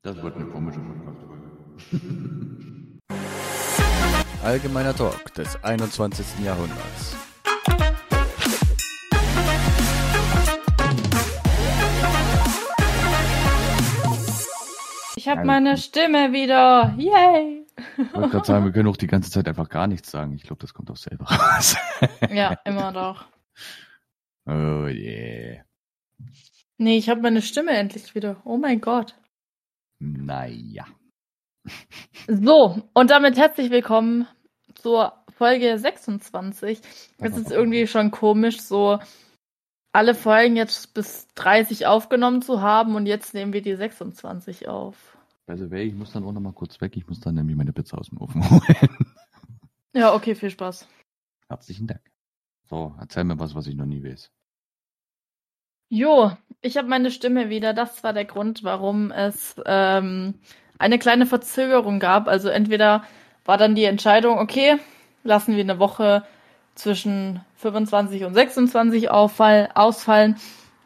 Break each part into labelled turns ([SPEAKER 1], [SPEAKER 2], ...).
[SPEAKER 1] Das wird eine komische Podcast-Folge.
[SPEAKER 2] Allgemeiner Talk des 21. Jahrhunderts.
[SPEAKER 3] Ich habe meine Stimme wieder. Yay!
[SPEAKER 1] Ich wollte gerade sagen, wir können auch die ganze Zeit einfach gar nichts sagen. Ich glaube, das kommt auch selber raus.
[SPEAKER 3] Ja, immer doch.
[SPEAKER 1] Oh yeah.
[SPEAKER 3] Nee, ich habe meine Stimme endlich wieder. Oh mein Gott.
[SPEAKER 1] Naja.
[SPEAKER 3] So, und damit herzlich willkommen zur Folge 26. Es ist irgendwie schon komisch, so alle Folgen jetzt bis 30 aufgenommen zu haben und jetzt nehmen wir die 26 auf.
[SPEAKER 1] Also wer, ich muss dann auch nochmal kurz weg. Ich muss dann nämlich meine Pizza aus dem Ofen holen.
[SPEAKER 3] Ja, okay, viel Spaß.
[SPEAKER 1] Herzlichen Dank. So, erzähl mir was, was ich noch nie weiß.
[SPEAKER 3] Jo, ich habe meine Stimme wieder. Das war der Grund, warum es ähm, eine kleine Verzögerung gab. Also entweder war dann die Entscheidung, okay, lassen wir eine Woche zwischen 25 und 26 auffall, ausfallen.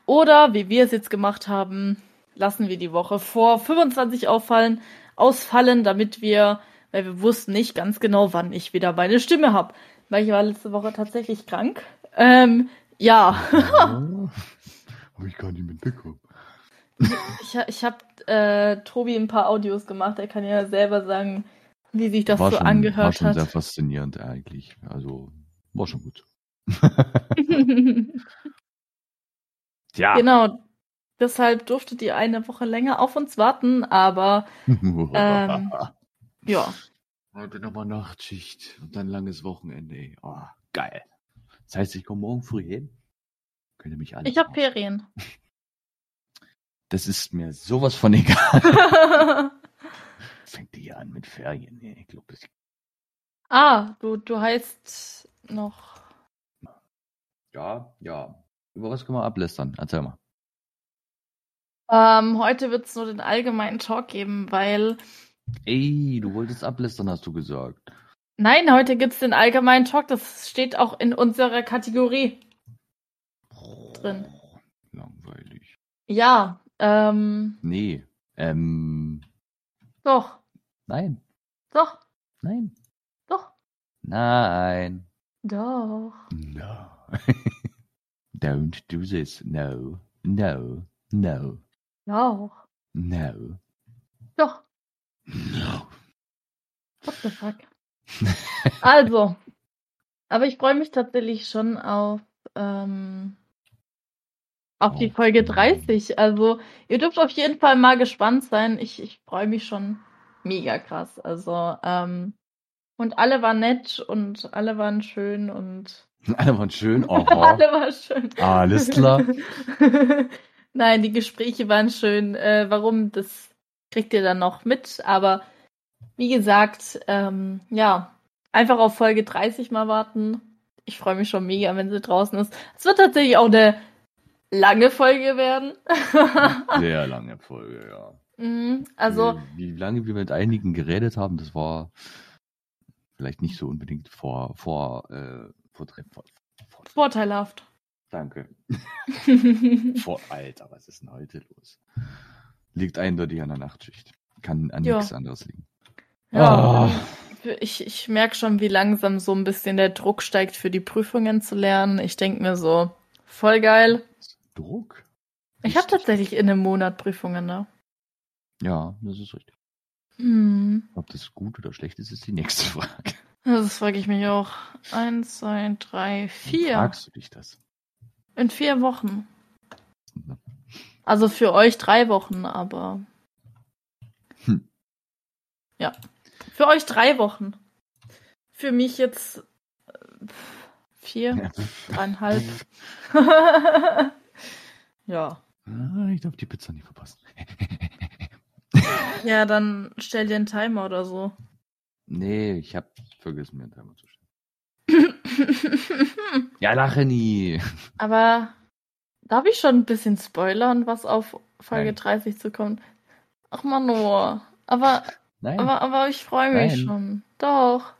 [SPEAKER 3] Oder wie wir es jetzt gemacht haben, lassen wir die Woche vor 25 auffallen, ausfallen, damit wir, weil wir wussten nicht ganz genau, wann ich wieder meine Stimme habe. Weil ich war letzte Woche tatsächlich krank. Ähm, ja.
[SPEAKER 1] Habe ich gar nicht mitbekommen.
[SPEAKER 3] Ich, ich habe äh, Tobi ein paar Audios gemacht. Er kann ja selber sagen, wie sich das
[SPEAKER 1] war
[SPEAKER 3] so
[SPEAKER 1] schon, war
[SPEAKER 3] angehört
[SPEAKER 1] schon sehr
[SPEAKER 3] hat.
[SPEAKER 1] faszinierend eigentlich. Also, war schon gut. Tja.
[SPEAKER 3] genau. Deshalb durfte die eine Woche länger auf uns warten, aber ähm, ja.
[SPEAKER 1] Und dann nochmal Nachtschicht und dann langes Wochenende. ey. Oh, geil. Das heißt, ich komme morgen früh hin. Könnte mich alle.
[SPEAKER 3] Ich habe
[SPEAKER 1] verarschen.
[SPEAKER 3] Ferien.
[SPEAKER 1] Das ist mir sowas von egal.
[SPEAKER 3] ah,
[SPEAKER 1] Fängt die an mit Ferien. ey. Ich glaube, das.
[SPEAKER 3] Ah, du, du heißt noch.
[SPEAKER 1] Ja, ja. Über was können wir ablästern? Erzähl mal.
[SPEAKER 3] Ähm, heute wird es nur den allgemeinen Talk geben, weil.
[SPEAKER 1] Ey, du wolltest ablästern, hast du gesagt.
[SPEAKER 3] Nein, heute gibt's den allgemeinen Talk. Das steht auch in unserer Kategorie. Drin.
[SPEAKER 1] Langweilig.
[SPEAKER 3] Ja, ähm,
[SPEAKER 1] Nee. Ähm.
[SPEAKER 3] doch,
[SPEAKER 1] Nein.
[SPEAKER 3] doch,
[SPEAKER 1] Nein.
[SPEAKER 3] doch,
[SPEAKER 1] Nein.
[SPEAKER 3] doch.
[SPEAKER 1] No. Don't do this. No. No. No.
[SPEAKER 3] Doch,
[SPEAKER 1] No.
[SPEAKER 3] doch.
[SPEAKER 1] No.
[SPEAKER 3] What the fuck? also, aber ich freue mich tatsächlich schon auf, ähm, auf die
[SPEAKER 1] Oh.
[SPEAKER 3] Folge 30. Also, ihr dürft auf jeden Fall mal gespannt sein. Ich, ich freue mich schon mega krass. Also, ähm, und alle waren nett und alle waren schön und
[SPEAKER 1] Alle waren schön.
[SPEAKER 3] alle
[SPEAKER 1] Aha.
[SPEAKER 3] waren schön.
[SPEAKER 1] Alles klar.
[SPEAKER 3] Nein, die Gespräche waren schön. Äh, warum, das kriegt ihr dann noch mit. Aber wie gesagt, ähm, ja, einfach auf Folge 30 mal warten. Ich freue mich schon mega, wenn sie draußen ist. Es wird tatsächlich auch eine lange Folge werden.
[SPEAKER 1] Sehr lange Folge, ja.
[SPEAKER 3] Mhm, also,
[SPEAKER 1] Wie, wie lange wir mit einigen geredet haben, das war vielleicht nicht so unbedingt vor, vor, äh, vor, vor, vor
[SPEAKER 3] vorteilhaft.
[SPEAKER 1] Danke. Vor, Alter, was ist denn heute los? Liegt eindeutig an der Nachtschicht. Kann an
[SPEAKER 3] Ja.
[SPEAKER 1] nichts anderes liegen.
[SPEAKER 3] ja,
[SPEAKER 1] Ah.
[SPEAKER 3] ich, ich merke schon, wie langsam so ein bisschen der Druck steigt, für die Prüfungen zu lernen. Ich denke mir so, voll geil.
[SPEAKER 1] Druck?
[SPEAKER 3] Ich habe
[SPEAKER 1] Richtig.
[SPEAKER 3] tatsächlich in einem Monat Prüfungen, ne?
[SPEAKER 1] Ja, das ist richtig.
[SPEAKER 3] Hm.
[SPEAKER 1] Ob das gut oder schlecht ist, ist die nächste Frage.
[SPEAKER 3] Also Das frage ich mich auch. Eins, zwei, drei, vier.
[SPEAKER 1] Fragst du dich das?
[SPEAKER 3] In vier Wochen.
[SPEAKER 1] Na.
[SPEAKER 3] Also für euch drei Wochen, aber.
[SPEAKER 1] Hm.
[SPEAKER 3] Ja. Für euch drei Wochen. Für mich jetzt äh, pf, vier, dreieinhalb. ja.
[SPEAKER 1] Ah, Ich darf die Pizza nicht verpassen.
[SPEAKER 3] Ja, dann stell dir einen Timer oder so.
[SPEAKER 1] nee, ich hab vergessen, mir einen Timer zu stellen. Ja, lache nie.
[SPEAKER 3] Aber darf ich schon ein bisschen spoilern, was auf Folge
[SPEAKER 1] Nein.
[SPEAKER 3] 30 zukommt? Ach man, nur. Aber,
[SPEAKER 1] Nein.
[SPEAKER 3] aber, aber ich freue mich
[SPEAKER 1] Nein.
[SPEAKER 3] schon. Doch.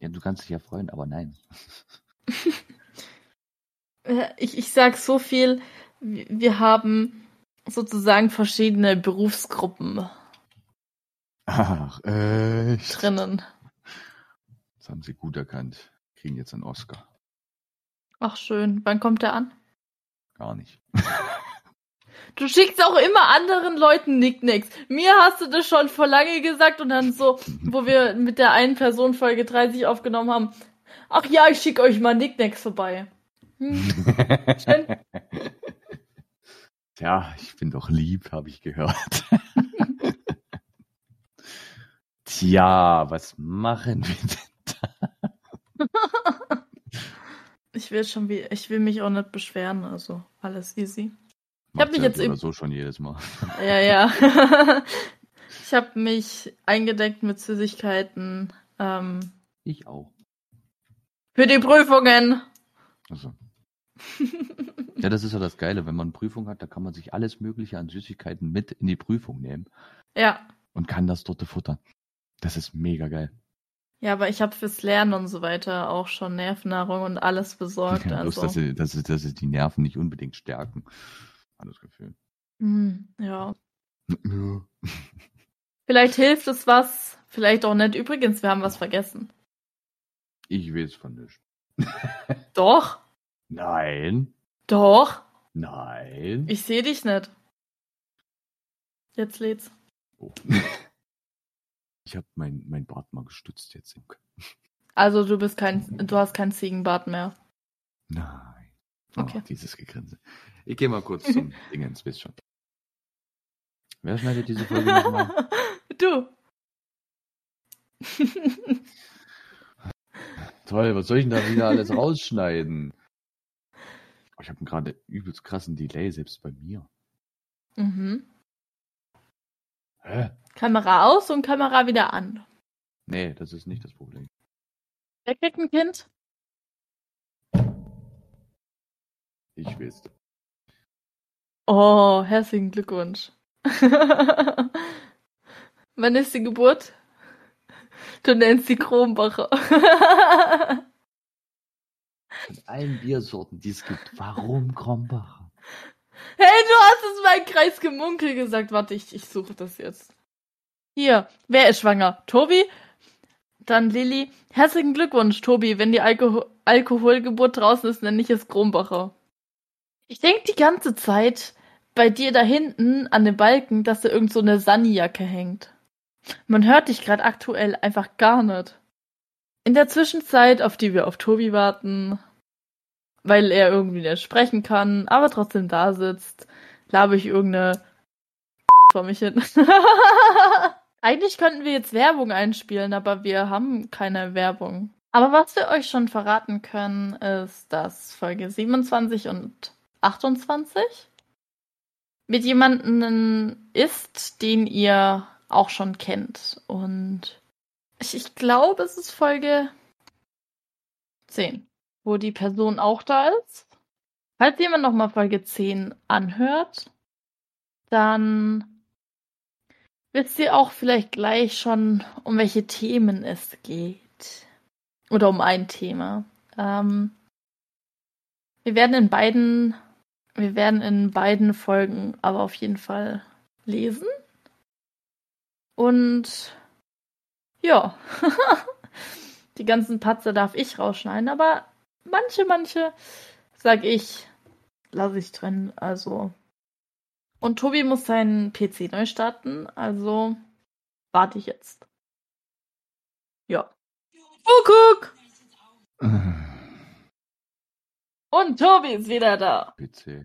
[SPEAKER 1] ja, du kannst dich ja freuen, aber nein.
[SPEAKER 3] Äh, Ich, ich sag so viel. Wir wir haben sozusagen verschiedene Berufsgruppen
[SPEAKER 1] Ach, echt.
[SPEAKER 3] drinnen.
[SPEAKER 1] Das haben sie gut erkannt. Kriegen jetzt einen Oscar.
[SPEAKER 3] Ach schön, wann kommt der an?
[SPEAKER 1] Gar nicht.
[SPEAKER 3] Du schickst auch immer anderen Leuten Nicknicks. Mir hast du das schon vor lange gesagt und dann so, wo wir mit der einen Person Folge 30 aufgenommen haben. Ach ja, ich schicke euch mal Nicknicks vorbei. Hm, schön.
[SPEAKER 1] Tja, ich bin doch lieb, habe ich gehört. Tja, was machen wir denn?
[SPEAKER 3] Ich will schon wie, ich will mich auch nicht beschweren, also alles easy. Ich hab
[SPEAKER 1] Macht's
[SPEAKER 3] mich
[SPEAKER 1] ja
[SPEAKER 3] jetzt
[SPEAKER 1] so
[SPEAKER 3] im-
[SPEAKER 1] oder so schon jedes Mal.
[SPEAKER 3] Ja, ja. ich habe mich eingedeckt mit Süßigkeiten ähm,
[SPEAKER 1] Ich auch.
[SPEAKER 3] für die Prüfungen.
[SPEAKER 1] Also. Ja, das ist ja das Geile. Wenn man Prüfung hat, da kann man sich alles Mögliche an Süßigkeiten mit in die Prüfung nehmen
[SPEAKER 3] ja,
[SPEAKER 1] und kann das dort futtern. Das ist mega geil.
[SPEAKER 3] ja, aber ich habe fürs Lernen und so weiter auch schon Nervennahrung und alles besorgt.
[SPEAKER 1] Bloß, dass,
[SPEAKER 3] Also.
[SPEAKER 1] sie, dass, sie, dass sie die Nerven nicht unbedingt stärken. Hat das Gefühl.
[SPEAKER 3] Hm, ja.
[SPEAKER 1] Ja.
[SPEAKER 3] Vielleicht hilft es was, vielleicht auch nicht. Übrigens, wir haben was vergessen.
[SPEAKER 1] Ich weiß von nichts.
[SPEAKER 3] Doch,
[SPEAKER 1] Nein.
[SPEAKER 3] doch.
[SPEAKER 1] Nein.
[SPEAKER 3] Ich sehe dich nicht. Jetzt lädt's.
[SPEAKER 1] Oh. Ich habe mein, mein Bart mal gestützt jetzt.
[SPEAKER 3] Also du bist kein, du hast kein Ziegenbart mehr.
[SPEAKER 1] Nein. Oh,
[SPEAKER 3] Okay.
[SPEAKER 1] Dieses Gegrinse. Ich gehe mal kurz zum Dingens, wisst schon. Wer schneidet diese Folge nochmal?
[SPEAKER 3] du.
[SPEAKER 1] Toll, was soll ich denn da wieder alles rausschneiden? Oh, Ich habe gerade übelst krassen Delay, selbst bei mir.
[SPEAKER 3] mhm.
[SPEAKER 1] Hä?
[SPEAKER 3] Kamera aus und Kamera wieder an.
[SPEAKER 1] Nee, das ist nicht das Problem.
[SPEAKER 3] Wer kriegt ein Kind?
[SPEAKER 1] Ich weiß.
[SPEAKER 3] Oh, herzlichen Glückwunsch. Wann ist die Geburt? Du nennst sie Kronbacher.
[SPEAKER 1] Von allen Biersorten, die es gibt, warum Krombacher?
[SPEAKER 3] hey, du hast es mal im Kreis gemunkel gesagt. Warte, ich, ich suche das jetzt. Hier, wer ist schwanger? Tobi? Dann Lilly. Herzlichen Glückwunsch, Tobi. Wenn die Alkohol Alkoholgeburt draußen ist, nenne ich es Kronbacher. Ich denk die ganze Zeit bei dir da hinten an dem Balken, dass da irgend so eine Sani-Jacke hängt. Man hört dich gerade aktuell einfach gar nicht. In der Zwischenzeit, auf die wir auf Tobi warten, weil er irgendwie nicht sprechen kann, aber trotzdem da sitzt, labe ich irgendeine vor mich hin. Eigentlich könnten wir jetzt Werbung einspielen, aber wir haben keine Werbung. Aber was wir euch schon verraten können, ist, dass Folge 27 und 28 mit jemandem ist, den ihr auch schon kennt. Und ich, ich glaube, es ist Folge 10 wo die Person auch da ist. Falls jemand nochmal Folge 10 anhört, dann wisst ihr auch vielleicht gleich schon, um welche Themen es geht. Oder um ein Thema. Ähm, wir werden in beiden, wir werden in beiden Folgen aber auf jeden Fall lesen. Und ja, die ganzen Patzer darf ich rausschneiden, aber manche, manche, sag ich, lasse ich drin. Also. Und Tobi muss seinen PC neu starten, also warte ich jetzt. Ja. Oh, guck!
[SPEAKER 1] Ah.
[SPEAKER 3] Und Tobi ist wieder da.
[SPEAKER 1] PC.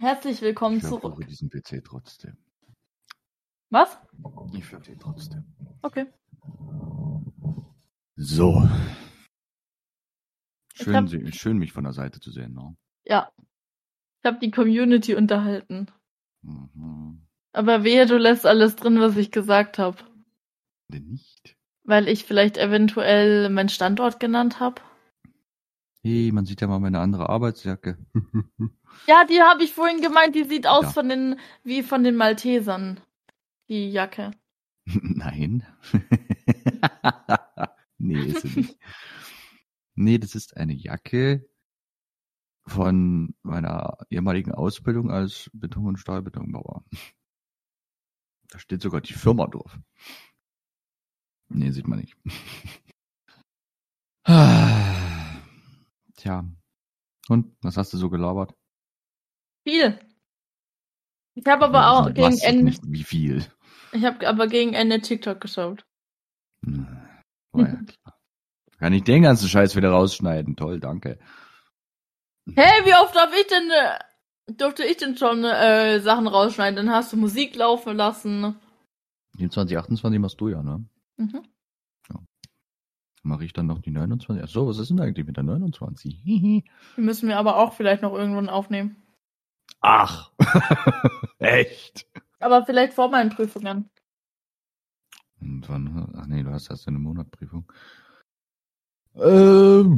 [SPEAKER 3] Herzlich willkommen
[SPEAKER 1] Ich
[SPEAKER 3] zurück.
[SPEAKER 1] verfluche diesen PC trotzdem.
[SPEAKER 3] Was?
[SPEAKER 1] Ich verstehe trotzdem.
[SPEAKER 3] Okay.
[SPEAKER 2] So,
[SPEAKER 3] Ich
[SPEAKER 1] Schön,
[SPEAKER 3] hab-
[SPEAKER 1] sie- schön mich von der Seite zu sehen, ne?
[SPEAKER 3] Ja. Ich habe die Community unterhalten.
[SPEAKER 1] Mhm.
[SPEAKER 3] Aber wehe, du lässt alles drin, was ich gesagt habe.
[SPEAKER 1] Denn nicht.
[SPEAKER 3] Weil ich vielleicht eventuell meinen Standort genannt habe.
[SPEAKER 1] Hey, man sieht ja mal meine andere Arbeitsjacke.
[SPEAKER 3] Ja, die habe ich vorhin gemeint, die sieht aus
[SPEAKER 1] Ja.
[SPEAKER 3] von den, wie von den Maltesern. Die Jacke.
[SPEAKER 1] Nein. nee, ist sie nicht. Nee, das ist eine Jacke, von meiner ehemaligen Ausbildung als Beton- und Stahlbetonbauer. Da steht sogar die Firma drauf. Nee, sieht man nicht. Ah. Tja. Und, was hast du so gelabert?
[SPEAKER 3] Viel. Ich habe aber auch
[SPEAKER 1] Was?
[SPEAKER 3] gegen Ende,
[SPEAKER 1] Wie viel?
[SPEAKER 3] ich habe aber gegen Ende TikTok geschaut.
[SPEAKER 1] Hm. War ja klar. Kann ich den ganzen Scheiß wieder rausschneiden. Toll, danke.
[SPEAKER 3] Hey, wie oft darf ich denn, äh, durfte ich denn schon äh, Sachen rausschneiden? Dann hast du Musik laufen lassen.
[SPEAKER 1] 27, 28 machst du ja, ne?
[SPEAKER 3] Mhm.
[SPEAKER 1] Mache ich dann noch die 29? Ach so, was ist denn eigentlich mit der 29? Hihi.
[SPEAKER 3] Die müssen wir aber auch vielleicht noch irgendwann aufnehmen.
[SPEAKER 1] Ach. Echt?
[SPEAKER 3] Aber vielleicht vor meinen Prüfungen.
[SPEAKER 1] Und wann? Ach nee, du hast erst eine Monatprüfung. Ähm.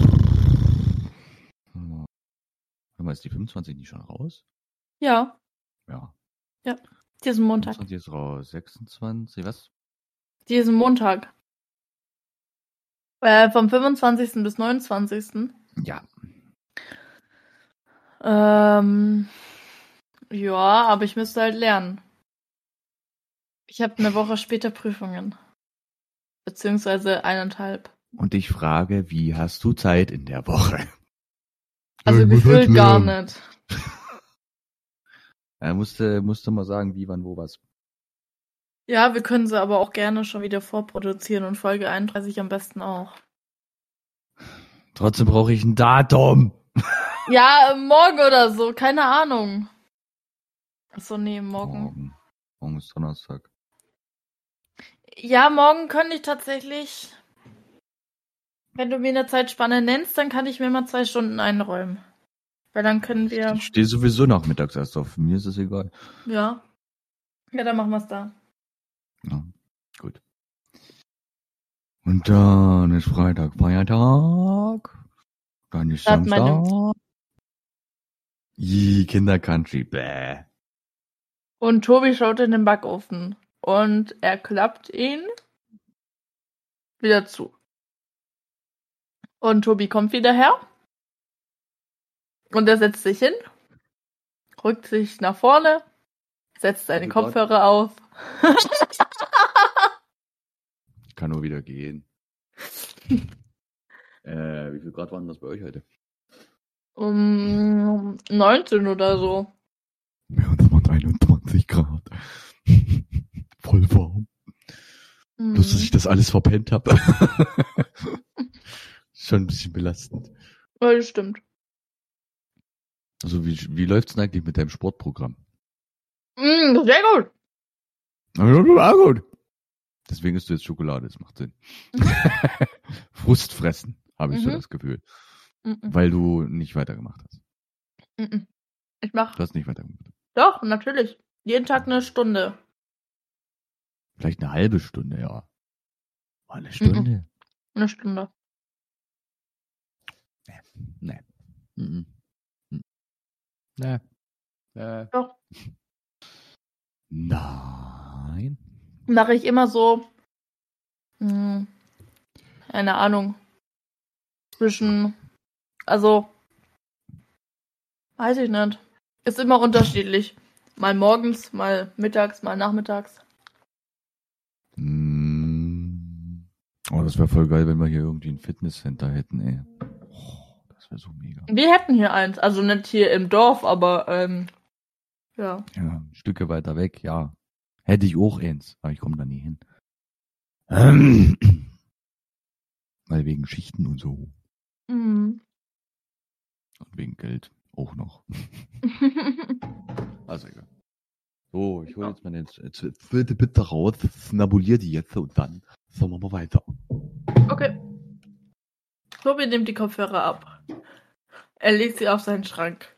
[SPEAKER 1] Warte mal, ist die 25 nicht schon raus?
[SPEAKER 3] Ja,
[SPEAKER 1] Ja.
[SPEAKER 3] diesen Montag.
[SPEAKER 1] 25 ist raus. 26, was?
[SPEAKER 3] Diesen Montag. Äh, vom 25. bis 29.
[SPEAKER 1] Ja.
[SPEAKER 3] Ähm, ja, aber ich müsste halt lernen. Ich habe eine Woche später Prüfungen. Beziehungsweise eineinhalb.
[SPEAKER 1] Und ich frage, wie hast du Zeit in der Woche?
[SPEAKER 3] Also gefühlt gar nicht.
[SPEAKER 1] Er musste, musste mal sagen, wie, wann, wo, was.
[SPEAKER 3] Ja, wir können sie aber auch gerne schon wieder vorproduzieren und Folge 31 am besten auch.
[SPEAKER 1] Trotzdem brauche ich ein Datum.
[SPEAKER 3] Ja, äh, morgen oder so, keine Ahnung. Achso, nee, morgen.
[SPEAKER 1] Morgen, Morgen ist Donnerstag.
[SPEAKER 3] Ja, morgen könnte ich tatsächlich. Wenn du mir eine Zeitspanne nennst, dann kann ich mir mal zwei Stunden einräumen. Weil dann können wir.
[SPEAKER 1] Ich stehe sowieso nachmittags erst auf. Mir ist es egal.
[SPEAKER 3] Ja. Ja, dann machen wir es da.
[SPEAKER 1] Ja, gut. Und dann ist Freitag Feiertag. Dann ist
[SPEAKER 3] Stadtmeldung.
[SPEAKER 1] Samstag. Ih, Kindercountry. Bäh.
[SPEAKER 3] Und Tobi schaut in den Backofen. Und er klappt ihn wieder zu. Und Tobi kommt wieder her. Und er setzt sich hin, rückt sich nach vorne, setzt seine
[SPEAKER 1] Oh Gott.
[SPEAKER 3] Kopfhörer auf.
[SPEAKER 1] Kann nur wieder gehen. äh, wie viel Grad waren das bei euch heute?
[SPEAKER 3] Um 19 oder so.
[SPEAKER 1] Bei uns waren 21 Grad. Voll warm.
[SPEAKER 3] Hm.
[SPEAKER 1] Bloß, dass ich das alles verpennt habe. Schon ein bisschen belastend.
[SPEAKER 3] Mhm. Ja, das stimmt.
[SPEAKER 1] Also, wie, wie läuft's denn eigentlich mit deinem Sportprogramm?
[SPEAKER 3] Mm, sehr gut.
[SPEAKER 1] Ah, gut. Deswegen isst du jetzt Schokolade, das macht Sinn. Frust fressen, habe ich so
[SPEAKER 3] Mhm.
[SPEAKER 1] das Gefühl.
[SPEAKER 3] Mm-mm,
[SPEAKER 1] Weil du nicht weitergemacht hast.
[SPEAKER 3] mm-mm. mhm. Ich
[SPEAKER 1] Du
[SPEAKER 3] mach.
[SPEAKER 1] hast nicht weitergemacht.
[SPEAKER 3] Doch, natürlich. Jeden Tag eine Stunde.
[SPEAKER 1] Vielleicht eine halbe Stunde, ja. Mal eine Stunde?
[SPEAKER 3] Eine Stunde.
[SPEAKER 1] Nee. Mhm. Mhm. Nee. Äh.
[SPEAKER 3] Doch.
[SPEAKER 1] Nein.
[SPEAKER 3] Mache ich immer so. Hm, eine Ahnung. Zwischen. Also. Weiß ich nicht. Ist immer unterschiedlich. Mal morgens, mal mittags, mal nachmittags.
[SPEAKER 1] Mm. Oh, das wäre voll geil, wenn wir hier irgendwie ein Fitnesscenter hätten, ey. Oh, das wäre so mega.
[SPEAKER 3] Wir hätten hier eins. Also nicht hier im Dorf, aber ähm, ja.
[SPEAKER 1] Ja, Stücke weiter weg, ja. Hätte ich auch eins, aber ich komme da nie hin. Ähm. Weil wegen Schichten und so.
[SPEAKER 3] Mhm.
[SPEAKER 1] Und wegen Geld auch noch. Also egal. So, ich
[SPEAKER 3] Genau.
[SPEAKER 1] hole jetzt meine Z- Z- zweite Bitte raus, snabulier die jetzt und dann so machen wir weiter.
[SPEAKER 3] Okay. Tobi nimmt die Kopfhörer ab. Er legt sie auf seinen Schrank.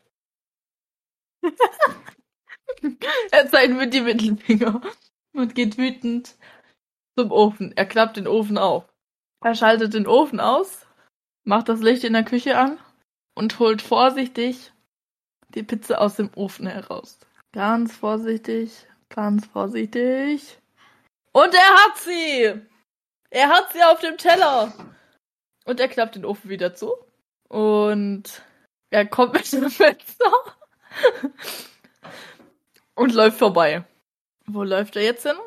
[SPEAKER 3] er zeigt mit die Mittelfinger und geht wütend zum Ofen. Er klappt den Ofen auf. Er schaltet den Ofen aus, macht das Licht in der Küche an und holt vorsichtig die Pizza aus dem Ofen heraus. Ganz vorsichtig, ganz vorsichtig. Und er hat sie! Er hat sie auf dem Teller! Und er klappt den Ofen wieder zu und Er kommt mit dem Fenster und läuft vorbei. Wo läuft er jetzt hin?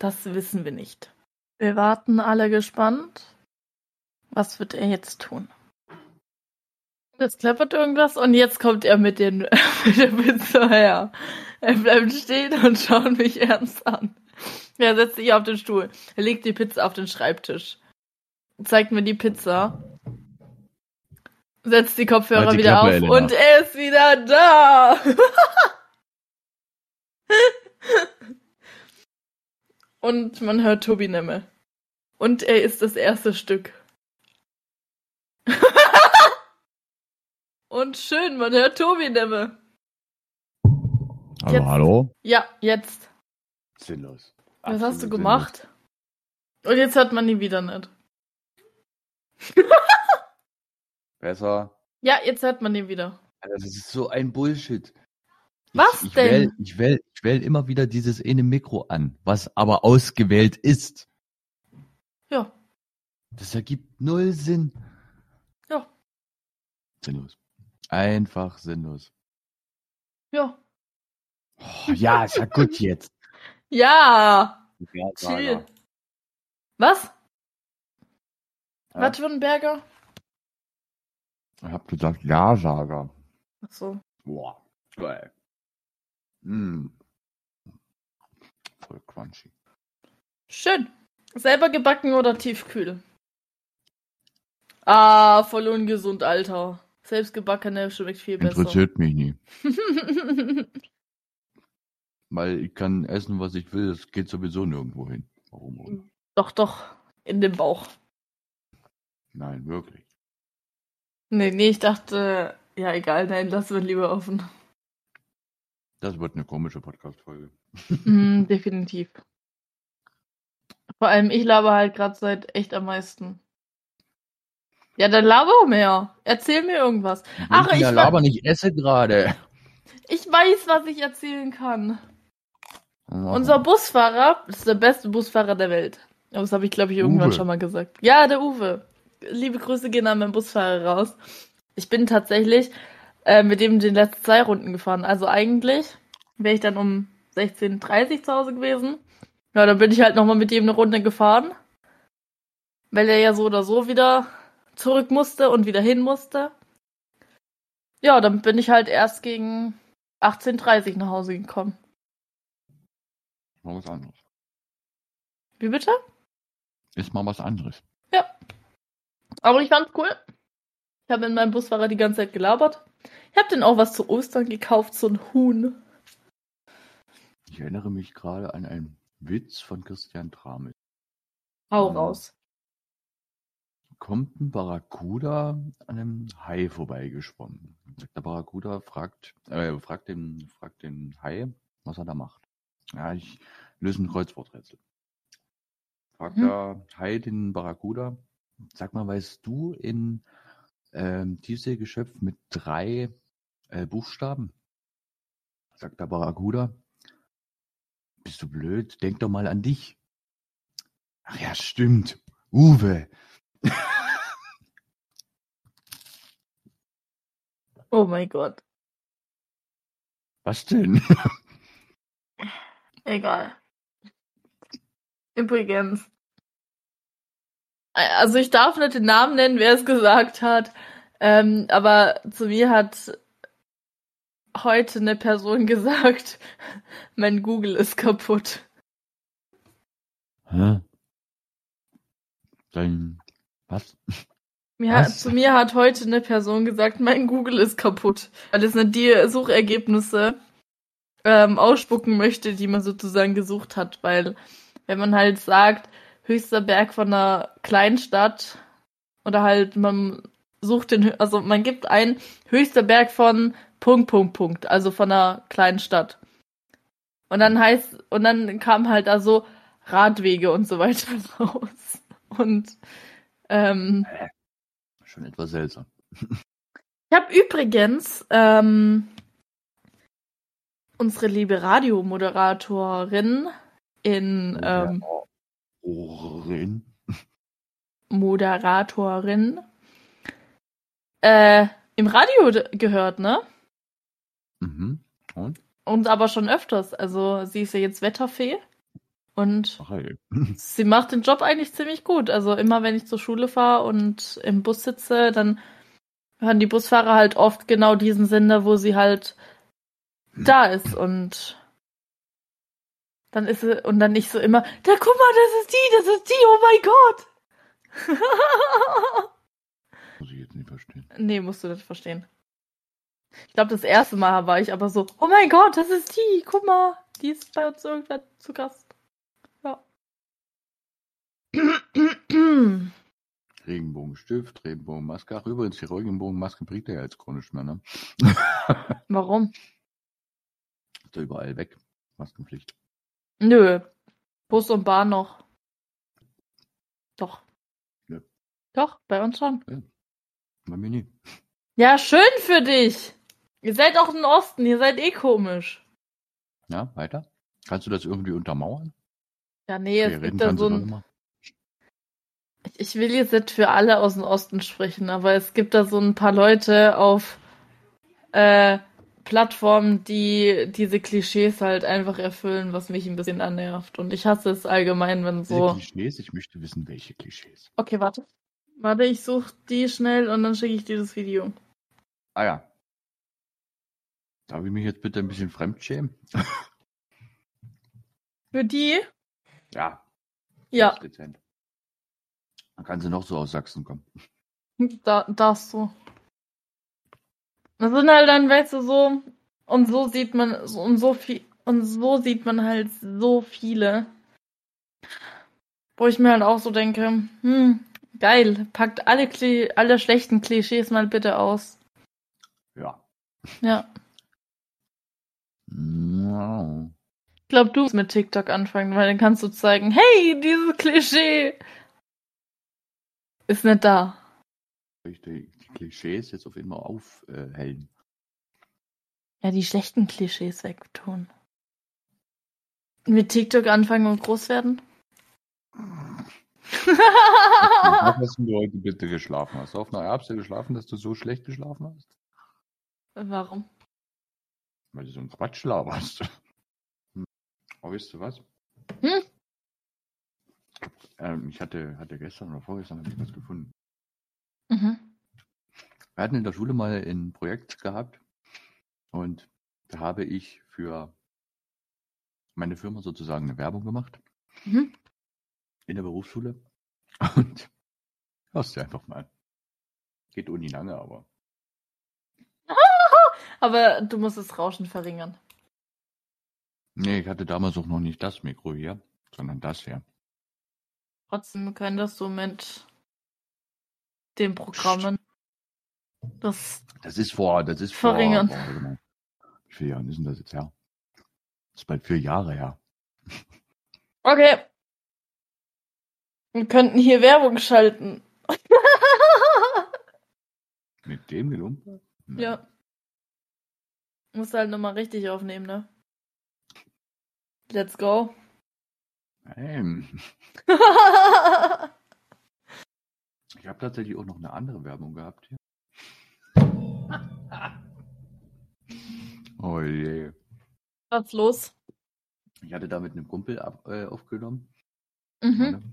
[SPEAKER 3] Das wissen wir nicht. Wir warten alle gespannt. Was wird er jetzt tun? Das klappert irgendwas und jetzt kommt er mit, den, mit der Pizza her. Er bleibt stehen und schaut mich ernst an. Er setzt sich auf den Stuhl. Er legt die Pizza auf den Schreibtisch. Zeigt mir die Pizza. Setzt die Kopfhörer
[SPEAKER 1] Halt die
[SPEAKER 3] wieder
[SPEAKER 1] Klappe,
[SPEAKER 3] auf
[SPEAKER 1] Elena.
[SPEAKER 3] und er ist wieder da. und man hört Tobi Nemme. Und er ist das erste Stück. und schön, man hört Tobi Nemme.
[SPEAKER 1] Hallo,
[SPEAKER 3] Jetzt.
[SPEAKER 1] hallo.
[SPEAKER 3] Ja, jetzt.
[SPEAKER 4] Sinnlos.
[SPEAKER 3] Was
[SPEAKER 4] Absolut
[SPEAKER 3] hast du
[SPEAKER 4] sinnlos.
[SPEAKER 3] gemacht? Und jetzt hört man ihn wieder nicht.
[SPEAKER 1] Besser.
[SPEAKER 3] Ja, jetzt hört man ihn wieder.
[SPEAKER 1] Alter, das ist so ein Bullshit.
[SPEAKER 3] Was
[SPEAKER 1] ich, ich
[SPEAKER 3] denn?
[SPEAKER 1] Wähl, ich wähle ich wähl immer wieder dieses eine Mikro an, was aber ausgewählt ist.
[SPEAKER 3] Ja.
[SPEAKER 1] Das ergibt null Sinn.
[SPEAKER 4] Sinnlos.
[SPEAKER 1] Einfach sinnlos.
[SPEAKER 3] Ja.
[SPEAKER 4] Oh, ja, ist ja gut jetzt.
[SPEAKER 3] Ja.
[SPEAKER 4] Ja, ja,
[SPEAKER 3] Chill.
[SPEAKER 4] ja.
[SPEAKER 3] Was?
[SPEAKER 4] Ja.
[SPEAKER 3] Wattwürdenberger?
[SPEAKER 1] Ich hab gesagt, Ja-Sager.
[SPEAKER 3] Achso.
[SPEAKER 4] Boah, geil. Mm.
[SPEAKER 1] Hm. Voll crunchy.
[SPEAKER 3] Schön. Selber gebacken oder tiefkühl? Ah, voll ungesund, Alter. Selbstgebackene schmeckt viel besser.
[SPEAKER 1] Interessiert mich nie. Weil ich kann essen, was ich will. Das geht sowieso nirgendwo hin. Warum? auch immer.
[SPEAKER 3] doch, doch. In den Bauch.
[SPEAKER 1] Nein, wirklich.
[SPEAKER 3] Nee, nee, ich dachte, ja, egal, nein, lassen wir lieber offen.
[SPEAKER 1] Das wird eine komische Podcast-Folge.
[SPEAKER 3] Mm, definitiv. Vor allem, ich laber halt gerade seit echt am meisten. Ja, dann laber mehr. Erzähl mir irgendwas. Ach,
[SPEAKER 1] bin
[SPEAKER 3] ich
[SPEAKER 1] ja
[SPEAKER 3] war-
[SPEAKER 1] laber nicht, esse gerade.
[SPEAKER 3] Ich weiß, was ich erzählen kann. Unser Busfahrer ist der beste Busfahrer der Welt. Aber Das habe ich, glaube ich, irgendwann
[SPEAKER 1] Uwe.
[SPEAKER 3] schon mal gesagt. Ja, der Uwe. Liebe Grüße gehen an meinen Busfahrer raus. Ich bin tatsächlich äh, mit dem den letzten zwei Runden gefahren. Also eigentlich wäre ich dann um 16.30 Uhr zu Hause gewesen. Ja, dann bin ich halt nochmal mit ihm eine Runde gefahren. Weil er ja so oder so wieder zurück musste und wieder hin musste. Ja, dann bin ich halt erst gegen 18.30 Uhr nach Hause gekommen.
[SPEAKER 1] Mal was anderes.
[SPEAKER 3] Wie bitte?
[SPEAKER 1] Ist mal was anderes.
[SPEAKER 3] Aber ich fand's cool. Ich habe in meinem Busfahrer die ganze Zeit gelabert. Ich habe den auch was zu Ostern gekauft, so ein Huhn.
[SPEAKER 1] Ich erinnere mich gerade an einen Witz von Christian Tramel.
[SPEAKER 3] Hau
[SPEAKER 1] Mhm.
[SPEAKER 3] raus.
[SPEAKER 1] Kommt ein Barracuda an einem Hai vorbeigeschwommen. Der Barracuda fragt, äh, fragt, den, fragt den Hai, was er da macht. Ja, ich löse ein Kreuzworträtsel. Fragt
[SPEAKER 3] Mhm.
[SPEAKER 1] der Hai den Barracuda, sag mal, weißt du in ähm, Tiefseegeschöpf mit drei äh, Buchstaben? Sagt der Barracuda, bist du blöd? Denk doch mal an dich. Ach ja, stimmt. Uwe.
[SPEAKER 3] Oh mein Gott.
[SPEAKER 1] Was denn?
[SPEAKER 3] Egal. Übrigens. Also ich darf nicht den Namen nennen, wer es gesagt hat. Ähm, aber zu mir hat heute eine Person gesagt, mein Google ist kaputt.
[SPEAKER 1] Hä? Dein. Was?
[SPEAKER 3] Mir hat,
[SPEAKER 1] Was?
[SPEAKER 3] zu mir hat heute eine Person gesagt, mein Google ist kaputt, weil es nicht die Suchergebnisse ähm, ausspucken möchte, die man sozusagen gesucht hat. Weil wenn man halt sagt, höchster Berg von einer Kleinstadt oder halt man sucht den, hö- also man gibt ein höchster Berg von Punkt, Punkt, Punkt, also von einer Kleinstadt. Und dann heißt, und dann kam halt da so Radwege und so weiter raus. Und ähm,
[SPEAKER 1] Schon etwas seltsam.
[SPEAKER 3] ich habe übrigens ähm, unsere liebe Radiomoderatorin in ähm,
[SPEAKER 1] Ohren.
[SPEAKER 3] Moderatorin äh, im Radio gehört, ne?
[SPEAKER 1] Mhm. Und?
[SPEAKER 3] Und aber schon öfters. Also sie ist ja jetzt Wetterfee und
[SPEAKER 1] Ach, ey.
[SPEAKER 3] sie macht den Job eigentlich ziemlich gut. Also immer wenn ich zur Schule fahre und im Bus sitze, dann hören die Busfahrer halt oft genau diesen Sender, wo sie halt da ist und dann ist sie und dann nicht so immer, da guck mal, das ist die, das ist die, oh mein Gott.
[SPEAKER 1] Muss ich jetzt nicht verstehen.
[SPEAKER 3] Nee, musst du das verstehen. Ich glaube, das erste Mal war ich aber so, oh mein Gott, das ist die, guck mal, die ist bei uns irgendwann zu Gast. Ja.
[SPEAKER 1] Regenbogenstift, Regenbogenmaske. Ach, übrigens, die Regenbogenmaske bringt er ja jetzt chronisch mehr, ne?
[SPEAKER 3] Warum?
[SPEAKER 1] Ist ja überall weg. Maskenpflicht.
[SPEAKER 3] Nö. Bus und Bahn noch. Doch.
[SPEAKER 1] Ja.
[SPEAKER 3] Doch, bei uns schon.
[SPEAKER 1] Bei mir nie.
[SPEAKER 3] Ja, schön für dich. Ihr seid auch im Osten, ihr seid eh komisch.
[SPEAKER 1] Ja, weiter. Kannst du das irgendwie untermauern?
[SPEAKER 3] Ja, nee, es
[SPEAKER 1] Nee,
[SPEAKER 3] gibt da
[SPEAKER 1] kannst
[SPEAKER 3] so
[SPEAKER 1] du
[SPEAKER 3] ein.
[SPEAKER 1] doch immer.
[SPEAKER 3] Ich- Ich will jetzt nicht für alle aus dem Osten sprechen, aber es gibt da so ein paar Leute auf äh, Plattformen, die diese Klischees halt einfach erfüllen, was mich ein bisschen annervt. Und ich hasse es allgemein, wenn
[SPEAKER 1] Diese
[SPEAKER 3] so.
[SPEAKER 1] Klischees, ich möchte wissen, welche Klischees.
[SPEAKER 3] Okay, warte. Warte, ich suche die schnell und dann schicke ich dir das Video.
[SPEAKER 1] Ah ja. Darf ich mich jetzt bitte ein bisschen fremdschämen?
[SPEAKER 3] Für die?
[SPEAKER 1] Ja.
[SPEAKER 3] Ja,
[SPEAKER 1] ganz Dezent. Dann kann sie noch so aus Sachsen kommen.
[SPEAKER 3] da, darfst du. Das sind halt dann, weißt du, so. Und so sieht man, so, und so viel, und so sieht man halt so viele. Wo ich mir halt auch so denke, hm, geil, packt alle, Kli alle schlechten Klischees mal bitte aus.
[SPEAKER 1] Ja.
[SPEAKER 3] Ja.
[SPEAKER 1] Wow.
[SPEAKER 3] Ich glaube, du musst mit TikTok anfangen, weil dann kannst du zeigen, hey, dieses Klischee ist nicht da.
[SPEAKER 1] Ich die die Klischees jetzt auf immer aufhellen.
[SPEAKER 3] Ja, die schlechten Klischees wegtun. Mit TikTok anfangen und groß werden?
[SPEAKER 1] Was hast du heute bitte geschlafen? Hast du auf einer Erbse geschlafen, dass du so schlecht geschlafen hast?
[SPEAKER 3] Warum?
[SPEAKER 1] Weil du so einen Quatsch laberst. Hm. Aber weißt du was?
[SPEAKER 3] Hm?
[SPEAKER 1] Ähm, ich hatte, hatte gestern oder vorgestern hab ich was gefunden.
[SPEAKER 3] Mhm.
[SPEAKER 1] Wir hatten in der Schule mal ein Projekt gehabt und da habe ich für meine Firma sozusagen eine Werbung gemacht
[SPEAKER 3] Mhm.
[SPEAKER 1] in der Berufsschule. Und hörst du einfach mal. Geht ohne lange, aber
[SPEAKER 3] Aber du musst das Rauschen verringern.
[SPEAKER 1] nee, ich hatte damals auch noch nicht das Mikro hier, sondern das hier.
[SPEAKER 3] Trotzdem könntest du mit den Programmen das.
[SPEAKER 1] Das ist vor, das ist vor.
[SPEAKER 3] Verringern.
[SPEAKER 1] Boah, warte mal. Wie viele Jahre ist denn das jetzt her? Das ist bald vier Jahre her.
[SPEAKER 3] Okay. Wir könnten hier Werbung schalten.
[SPEAKER 1] Mit dem Gelumpe? Nee.
[SPEAKER 3] Ja. Musst halt nochmal richtig aufnehmen, ne? Let's go.
[SPEAKER 1] Ähm. Ich habe tatsächlich auch noch eine andere Werbung gehabt hier. Oh je.
[SPEAKER 3] Was los?
[SPEAKER 1] Ich hatte da mit einem Kumpel ab, äh, aufgenommen.
[SPEAKER 3] Mhm.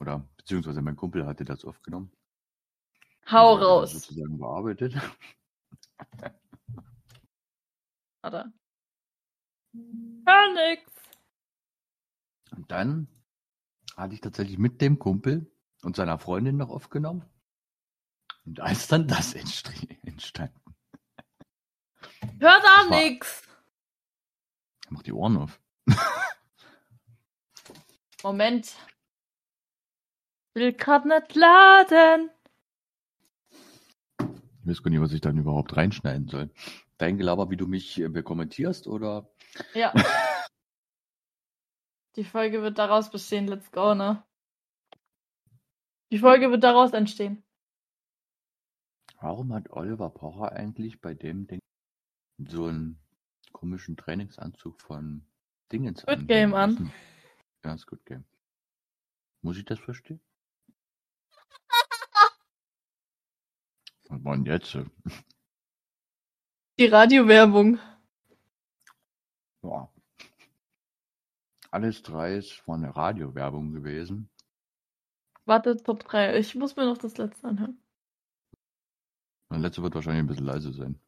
[SPEAKER 1] Oder? Oder beziehungsweise mein Kumpel hatte das aufgenommen.
[SPEAKER 3] Hau
[SPEAKER 1] Und hat das
[SPEAKER 3] raus.
[SPEAKER 1] Sozusagen bearbeitet.
[SPEAKER 3] Warte. Gar nix.
[SPEAKER 1] Und dann hatte ich tatsächlich mit dem Kumpel und seiner Freundin noch aufgenommen. Und als dann das entstri- entstand, Das
[SPEAKER 3] Hört auch
[SPEAKER 1] war-
[SPEAKER 3] nix.
[SPEAKER 1] mach die Ohren auf.
[SPEAKER 3] Moment. Will grad nicht laden.
[SPEAKER 1] Ich weiß gar nicht, was ich dann überhaupt reinschneiden soll. Dein Gelaber, wie du mich äh, kommentierst oder
[SPEAKER 3] Ja. Die Folge wird daraus bestehen. Let's go, ne? Die Folge wird daraus entstehen.
[SPEAKER 1] Warum hat Oliver Pocher eigentlich bei dem Ding so einen komischen Trainingsanzug von Dingens
[SPEAKER 3] Squid Game an.
[SPEAKER 1] Ja, ist Good Game. Muss ich das verstehen? Was war denn jetzt?
[SPEAKER 3] Die Radiowerbung.
[SPEAKER 1] Ja. Alles drei ist von der Radiowerbung gewesen.
[SPEAKER 3] Warte, Top 3. Ich muss mir noch das letzte anhören.
[SPEAKER 1] Mein letzter wird wahrscheinlich ein bisschen leise sein.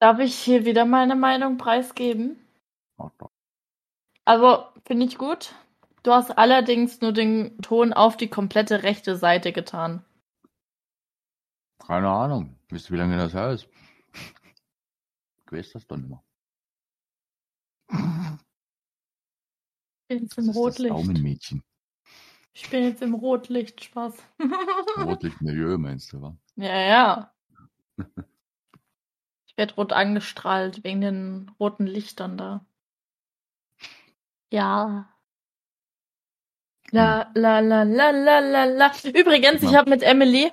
[SPEAKER 3] Darf ich hier wieder meine Meinung preisgeben?
[SPEAKER 1] Mach doch.
[SPEAKER 3] Also, finde ich gut. Du hast allerdings nur den Ton auf die komplette rechte Seite getan.
[SPEAKER 1] Keine Ahnung. Wisst ihr, wie lange das her ist? Ich weiß das doch nicht mehr.
[SPEAKER 3] Ich bin jetzt
[SPEAKER 1] Das ist
[SPEAKER 3] im
[SPEAKER 1] das
[SPEAKER 3] Rotlicht.
[SPEAKER 1] Daumenmädchen.
[SPEAKER 3] Ich bin jetzt im Rotlicht, Spaß.
[SPEAKER 1] Rotlichtmilieu meinst du, wa?
[SPEAKER 3] ja, ja. Ich werde rot angestrahlt wegen den roten Lichtern da. Ja. La la la la la la la. Übrigens, ich
[SPEAKER 1] Ja.
[SPEAKER 3] habe mit Emily.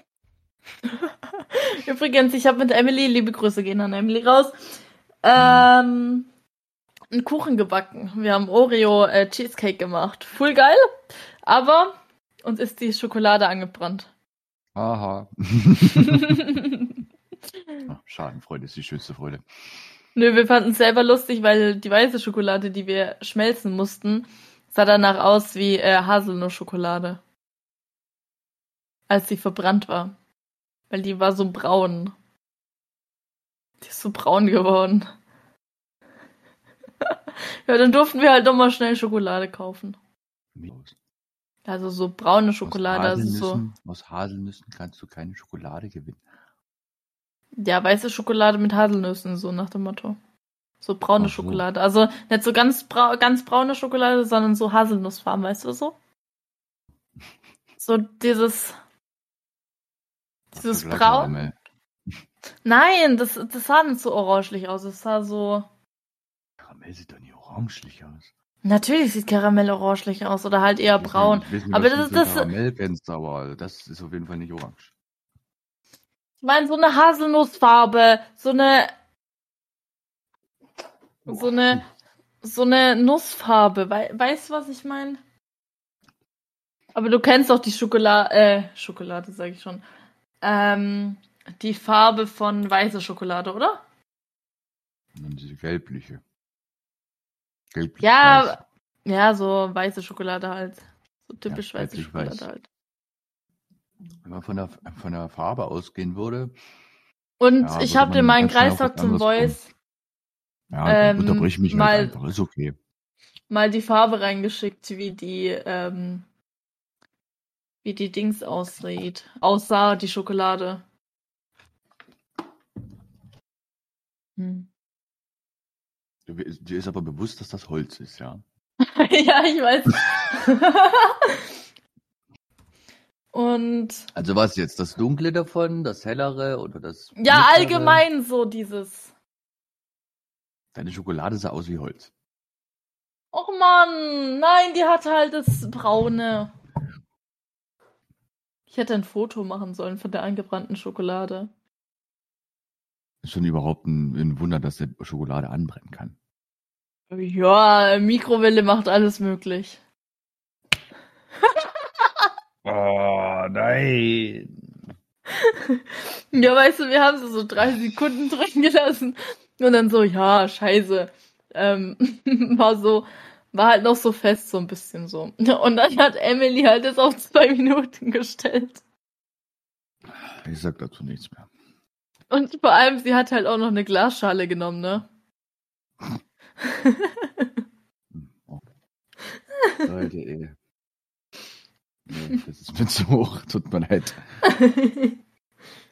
[SPEAKER 3] Übrigens, ich habe mit Emily, liebe Grüße gehen an Emily raus. Ähm, einen Kuchen gebacken. Wir haben Oreo äh, Cheesecake gemacht. Voll geil. Aber uns ist die Schokolade angebrannt.
[SPEAKER 1] Aha. Ach, Schadenfreude ist die schönste Freude.
[SPEAKER 3] Nö, wir fanden es selber lustig, weil die weiße Schokolade, die wir schmelzen mussten, sah danach aus wie äh, Haselnussschokolade. Als sie verbrannt war. Weil die war so braun. Die ist so braun geworden. ja, dann durften wir halt nochmal schnell Schokolade kaufen.
[SPEAKER 1] Aus,
[SPEAKER 3] Also so braune Schokolade,
[SPEAKER 1] aus,
[SPEAKER 3] also so.
[SPEAKER 1] Haselnüssen, aus Haselnüssen kannst du keine Schokolade gewinnen.
[SPEAKER 3] Ja, weiße Schokolade mit Haselnüssen, so nach dem Motto. So braune
[SPEAKER 1] Ach so.
[SPEAKER 3] Schokolade. Also nicht so ganz, brau ganz braune Schokolade, sondern so Haselnussfarben, weißt du so? So dieses. Dieses Braun.
[SPEAKER 1] Schokoladekaramell.
[SPEAKER 3] Nein, das, das sah nicht so orangelich aus. Es sah so.
[SPEAKER 1] Karamell sieht doch nicht orangelich aus.
[SPEAKER 3] Natürlich sieht Karamell orangelich aus oder halt
[SPEAKER 1] Mhm.
[SPEAKER 3] eher braun. Aber das ist- das-
[SPEAKER 1] Karamell kennst, aber also das ist auf jeden Fall nicht orange.
[SPEAKER 3] Ich meine, so eine Haselnussfarbe, so eine. So
[SPEAKER 1] hm.
[SPEAKER 3] eine. So eine Nussfarbe. Wei weißt du, was ich meine? Aber du kennst doch die Schokolade. Äh, Schokolade, sage ich schon. Ähm, die Farbe von weißer Schokolade, oder?
[SPEAKER 1] Und dann diese gelbliche. Gelblich
[SPEAKER 3] Ja,
[SPEAKER 1] weiß.
[SPEAKER 3] Ja, so weiße Schokolade halt. So typisch weiße
[SPEAKER 1] gelblich
[SPEAKER 3] Schokolade
[SPEAKER 1] weiß.
[SPEAKER 3] halt.
[SPEAKER 1] Wenn man von der, von der Farbe ausgehen würde.
[SPEAKER 3] Und
[SPEAKER 1] Ja,
[SPEAKER 3] ich
[SPEAKER 1] würde
[SPEAKER 3] habe
[SPEAKER 1] man
[SPEAKER 3] dir
[SPEAKER 1] ganz schnell auf
[SPEAKER 3] meinen
[SPEAKER 1] was
[SPEAKER 3] Kreistag zum
[SPEAKER 1] anderes kommen.
[SPEAKER 3] Voice
[SPEAKER 1] Ja, dann
[SPEAKER 3] Ähm,
[SPEAKER 1] unterbrich mich
[SPEAKER 3] mal-
[SPEAKER 1] halt einfach. Ist okay.
[SPEAKER 3] mal die Farbe reingeschickt, wie die, ähm, wie die Dings aussieht. Aussah die Schokolade. Hm.
[SPEAKER 1] Dir ist- dir ist aber bewusst, dass das Holz ist, ja.
[SPEAKER 3] ja, ich weiß. Und
[SPEAKER 2] Also was jetzt? Das Dunkle davon, das Hellere oder das...
[SPEAKER 1] äh,
[SPEAKER 3] ja,
[SPEAKER 2] Mittlere?
[SPEAKER 3] allgemein so dieses.
[SPEAKER 1] Deine Schokolade sah aus wie Holz.
[SPEAKER 3] Och oh Mann, nein, die hatte halt das braune. Ich hätte ein Foto machen sollen von der angebrannten Schokolade.
[SPEAKER 1] Ist schon überhaupt ein, ein Wunder, dass der Schokolade anbrennen kann.
[SPEAKER 3] Ja, Mikrowelle macht alles möglich.
[SPEAKER 1] Oh, nein.
[SPEAKER 3] Ja, weißt du, wir haben sie so drei Sekunden drin gelassen. Und dann so, ja, scheiße. Ähm, war so, war halt noch so fest, so ein bisschen so. Und dann hat Emily halt das auf zwei Minuten gestellt.
[SPEAKER 1] Ich sag dazu nichts mehr.
[SPEAKER 3] Und vor allem, sie hat halt auch noch eine Glasschale genommen, ne?
[SPEAKER 1] Hm, oh. Leute, ey. Nee, das ist mir zu hoch. Tut mir leid.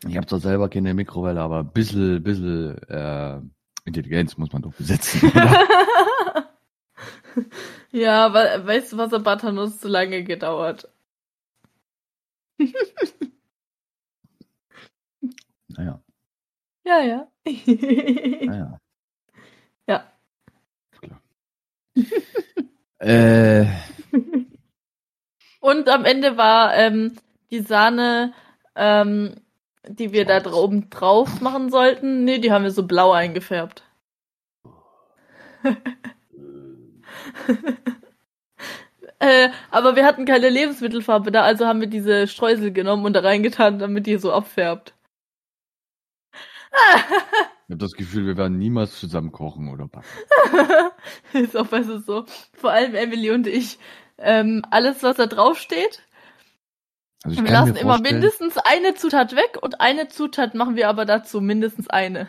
[SPEAKER 1] Ich habe zwar selber keine Mikrowelle, aber ein bisschen, bisschen äh, Intelligenz muss man doch besitzen.
[SPEAKER 3] ja, we weißt du, was hat Batanuss zu lange gedauert?
[SPEAKER 1] naja,
[SPEAKER 3] Ja, ja.
[SPEAKER 1] naja.
[SPEAKER 3] Ja.
[SPEAKER 1] Klar. äh,
[SPEAKER 3] Und am Ende war ähm, die Sahne, ähm, die wir da
[SPEAKER 1] Schwarz.
[SPEAKER 3] oben drauf machen sollten, nee, die haben wir so blau eingefärbt. Äh, Äh, aber wir hatten keine Lebensmittelfarbe da, also haben wir diese Streusel genommen und da reingetan, damit die so abfärbt.
[SPEAKER 1] Ich habe das Gefühl, wir werden niemals zusammen kochen oder backen.
[SPEAKER 3] ist auch besser so. Vor allem Emily und ich. Ähm, alles, was da drauf steht,
[SPEAKER 1] Also ich
[SPEAKER 3] wir
[SPEAKER 1] kann
[SPEAKER 3] lassen
[SPEAKER 1] mir
[SPEAKER 3] immer
[SPEAKER 1] vorstellen,
[SPEAKER 3] mindestens eine Zutat weg und eine Zutat machen wir aber dazu, mindestens eine.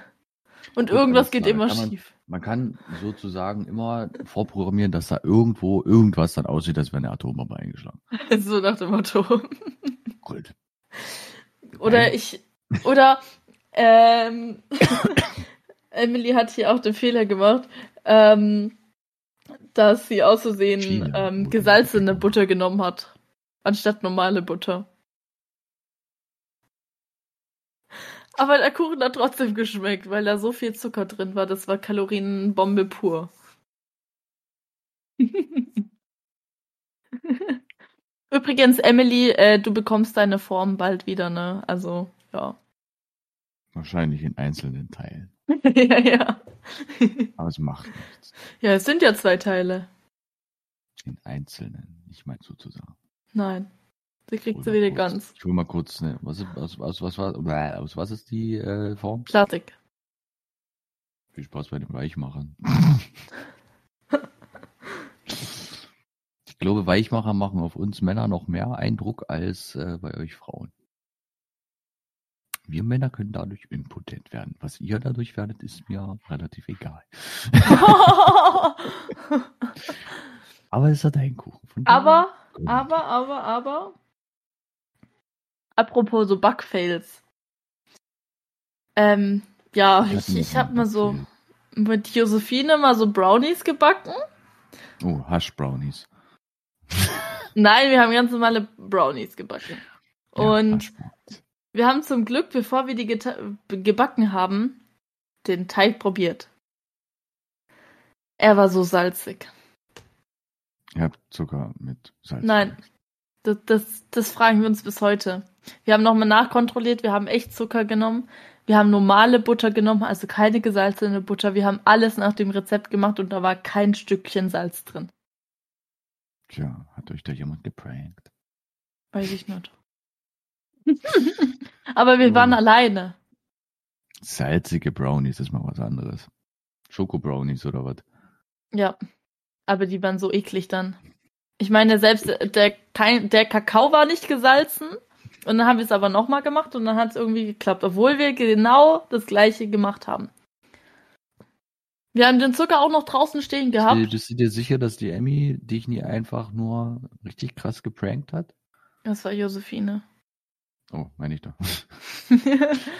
[SPEAKER 3] Und
[SPEAKER 1] Gut,
[SPEAKER 3] irgendwas
[SPEAKER 1] alles
[SPEAKER 3] geht
[SPEAKER 1] klar,
[SPEAKER 3] immer
[SPEAKER 1] kann man-
[SPEAKER 3] schief.
[SPEAKER 1] man kann sozusagen immer vorprogrammieren, dass da irgendwo irgendwas dann aussieht, als wäre eine Atombombe eingeschlagen.
[SPEAKER 3] So nach dem Motto.
[SPEAKER 1] Gut.
[SPEAKER 3] Oder
[SPEAKER 1] Nein.
[SPEAKER 3] ich. Oder ähm, Emily hat hier auch den Fehler gemacht, ähm, dass sie aus Versehen
[SPEAKER 1] Chile,
[SPEAKER 3] ähm,
[SPEAKER 1] Butter.
[SPEAKER 3] gesalzene Butter genommen hat. Anstatt normale Butter. Aber der Kuchen hat trotzdem geschmeckt, weil da so viel Zucker drin war. Das war Kalorienbombe pur. Übrigens, Emily, äh, du bekommst deine Form bald wieder, ne? Also, ja.
[SPEAKER 1] Wahrscheinlich in einzelnen Teilen.
[SPEAKER 3] ja, ja.
[SPEAKER 1] Aber es macht nichts.
[SPEAKER 3] ja, es sind ja zwei Teile.
[SPEAKER 1] In einzelnen. Ich meine sozusagen.
[SPEAKER 3] Nein. Sie kriegt sie
[SPEAKER 1] Hol mal
[SPEAKER 3] wieder
[SPEAKER 1] kurz-
[SPEAKER 3] ganz.
[SPEAKER 1] Ich hol mal kurz, ne, was, ist- aus, aus, was, war- bläh, aus was ist die äh, Form?
[SPEAKER 3] Plastik.
[SPEAKER 1] Viel Spaß bei dem Weichmachern. ich glaube, Weichmacher machen auf uns Männer noch mehr Eindruck als äh, bei euch Frauen. Wir Männer können dadurch impotent werden. Was ihr dadurch werdet, ist mir relativ egal. Aber es hat einen Kuchen. Von daher-
[SPEAKER 3] aber, aber, aber, aber. Apropos so Bugfails. Ähm, ja,
[SPEAKER 1] Wir hatten
[SPEAKER 3] ich, ich
[SPEAKER 1] noch
[SPEAKER 3] hab mal so
[SPEAKER 1] Bugfail.
[SPEAKER 3] mit Josephine mal so Brownies gebacken.
[SPEAKER 1] Oh, Hash Brownies.
[SPEAKER 3] Nein, wir haben ganz normale Brownies gebacken. Und
[SPEAKER 1] Haschbrownies.
[SPEAKER 3] Wir haben zum Glück, bevor wir die geta- gebacken haben, den Teig probiert. Er war so salzig.
[SPEAKER 1] Ihr habt Zucker mit Salz.
[SPEAKER 3] Nein. Das, das, das fragen wir uns bis heute. Wir haben nochmal nachkontrolliert, wir haben echt Zucker genommen, wir haben normale Butter genommen, also keine gesalzene Butter. Wir haben alles nach dem Rezept gemacht und da war kein Stückchen Salz drin.
[SPEAKER 1] Tja, hat euch da jemand geprankt?
[SPEAKER 3] Weiß ich nicht. Aber wir waren
[SPEAKER 1] Mhm.
[SPEAKER 3] alleine.
[SPEAKER 1] Salzige Brownies ist mal was anderes. Schoko-Brownies oder was?
[SPEAKER 3] Ja, aber die waren so eklig dann. Ich meine, selbst der, kein, der Kakao war nicht gesalzen. Und dann haben wir es aber nochmal gemacht und dann hat es irgendwie geklappt, obwohl wir genau das gleiche gemacht haben. Wir haben den Zucker auch noch draußen stehen
[SPEAKER 1] Bist
[SPEAKER 3] gehabt.
[SPEAKER 1] du- Bist du dir sicher, dass die Emmy dich nie einfach nur richtig krass geprankt hat?
[SPEAKER 3] Das war Josephine.
[SPEAKER 1] Oh, meine ich doch.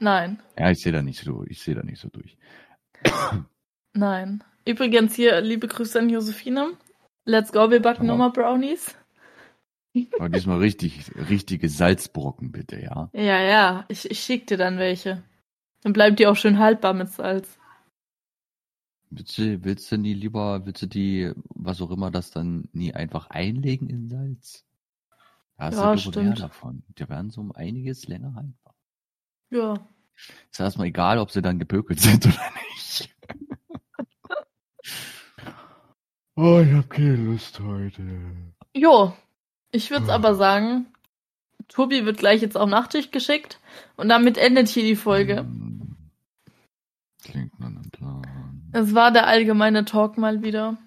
[SPEAKER 3] nein,
[SPEAKER 1] Ja, ich sehe da nicht so, ich sehe da nicht so durch.
[SPEAKER 3] nein. Übrigens hier, liebe Grüße an Josephine. Let's go, wir backen
[SPEAKER 1] Aber-
[SPEAKER 3] nochmal Brownies.
[SPEAKER 1] Aber diesmal richtig, richtige Salzbrocken bitte, ja.
[SPEAKER 3] Ja, ja, ich, ich schick dir dann welche. Dann bleibt die auch schön haltbar mit Salz.
[SPEAKER 1] Willst du, willst du nie lieber, willst du die, was auch immer das dann nie einfach einlegen in Salz? Da hast
[SPEAKER 3] Ja,
[SPEAKER 1] du stimmt. mehr
[SPEAKER 3] stimmt.
[SPEAKER 1] davon. Die werden so um einiges länger haltbar.
[SPEAKER 3] Ja.
[SPEAKER 1] Ist erstmal egal, ob sie dann gepökelt sind oder nicht. oh, ich hab keine Lust heute.
[SPEAKER 3] Jo, ich würde es
[SPEAKER 1] Ah.
[SPEAKER 3] aber sagen, Tobi wird gleich jetzt auf Nachtisch geschickt und damit endet hier die Folge.
[SPEAKER 1] Hm. Klingt nach einem Plan.
[SPEAKER 3] Es war der allgemeine Talk mal wieder.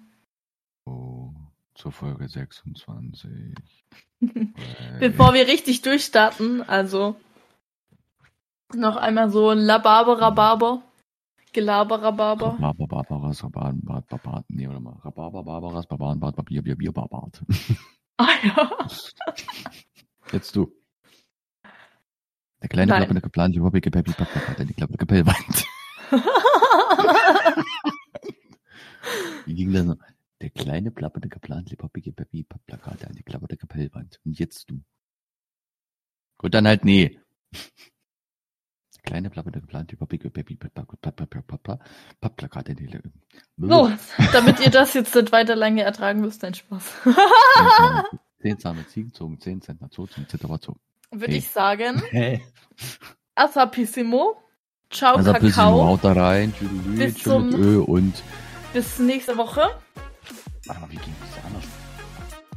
[SPEAKER 1] Oh, zur Folge 26.
[SPEAKER 3] Bevor wir richtig durchstarten, also noch einmal so ein Lababerababer, Gelaberababer.
[SPEAKER 1] Rhabarber, Barbaras, Rhabarber, Bart, Barbart. Nee, warte mal. Rhabarber, Barbaras, Barbaren, Bart, Barbier, Bier, Bier, Barbart.
[SPEAKER 3] Ah ja.
[SPEAKER 1] Jetzt du. Der kleine
[SPEAKER 3] Nein.
[SPEAKER 1] Klappe, der geplante Hobby, Gepeppi, Papa, hat eine Klappe, Gepellwand. Wie ging das noch? Der kleine plappernde geplant, Lipoppi, Peppi, Plakate an die klappernde Kapellwand. Und jetzt du. Gut, dann halt nee. Der kleine plappernde geplant, Lipoppi, Peppi, Plakate an die
[SPEAKER 3] So, damit ihr das jetzt nicht weiter lange ertragen müsst, nein Spaß.
[SPEAKER 1] Zehn Zahme Ziegen zogen, zehn Zentner zogen, Zitterer zogen.
[SPEAKER 3] Würde
[SPEAKER 1] Hey.
[SPEAKER 3] ich sagen,
[SPEAKER 1] Hey.
[SPEAKER 3] Asapissimo, Ciao
[SPEAKER 1] Also bis zum
[SPEAKER 3] Kakao,
[SPEAKER 1] Haut da rein,
[SPEAKER 3] Bis
[SPEAKER 1] tschüss, tschüss
[SPEAKER 3] zum-
[SPEAKER 1] mit Ö und.
[SPEAKER 3] bis nächste Woche.
[SPEAKER 1] Warte mal, wie ging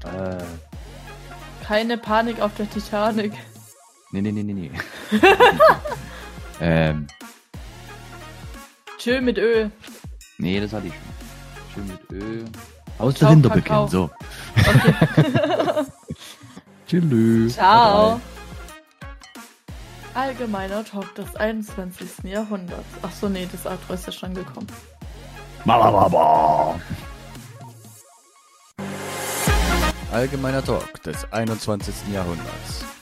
[SPEAKER 1] das anders? Äh,
[SPEAKER 3] Keine Panik auf der Titanic.
[SPEAKER 1] nee, nee, nee, nee, nee. ähm,
[SPEAKER 3] Chill mit Öl.
[SPEAKER 1] nee, das hatte ich schon.
[SPEAKER 2] Schön mit Öl.
[SPEAKER 1] Aus
[SPEAKER 3] Ciao,
[SPEAKER 1] der Hinterbecken,
[SPEAKER 3] Kakao.
[SPEAKER 1] so. Tschüss.
[SPEAKER 3] Ciao. Allgemeiner Talk des 21. Jahrhunderts. Ach so, nee, das Outro ist ja schon gekommen.
[SPEAKER 1] Malababa.
[SPEAKER 2] Allgemeiner Talk des 21. Jahrhunderts.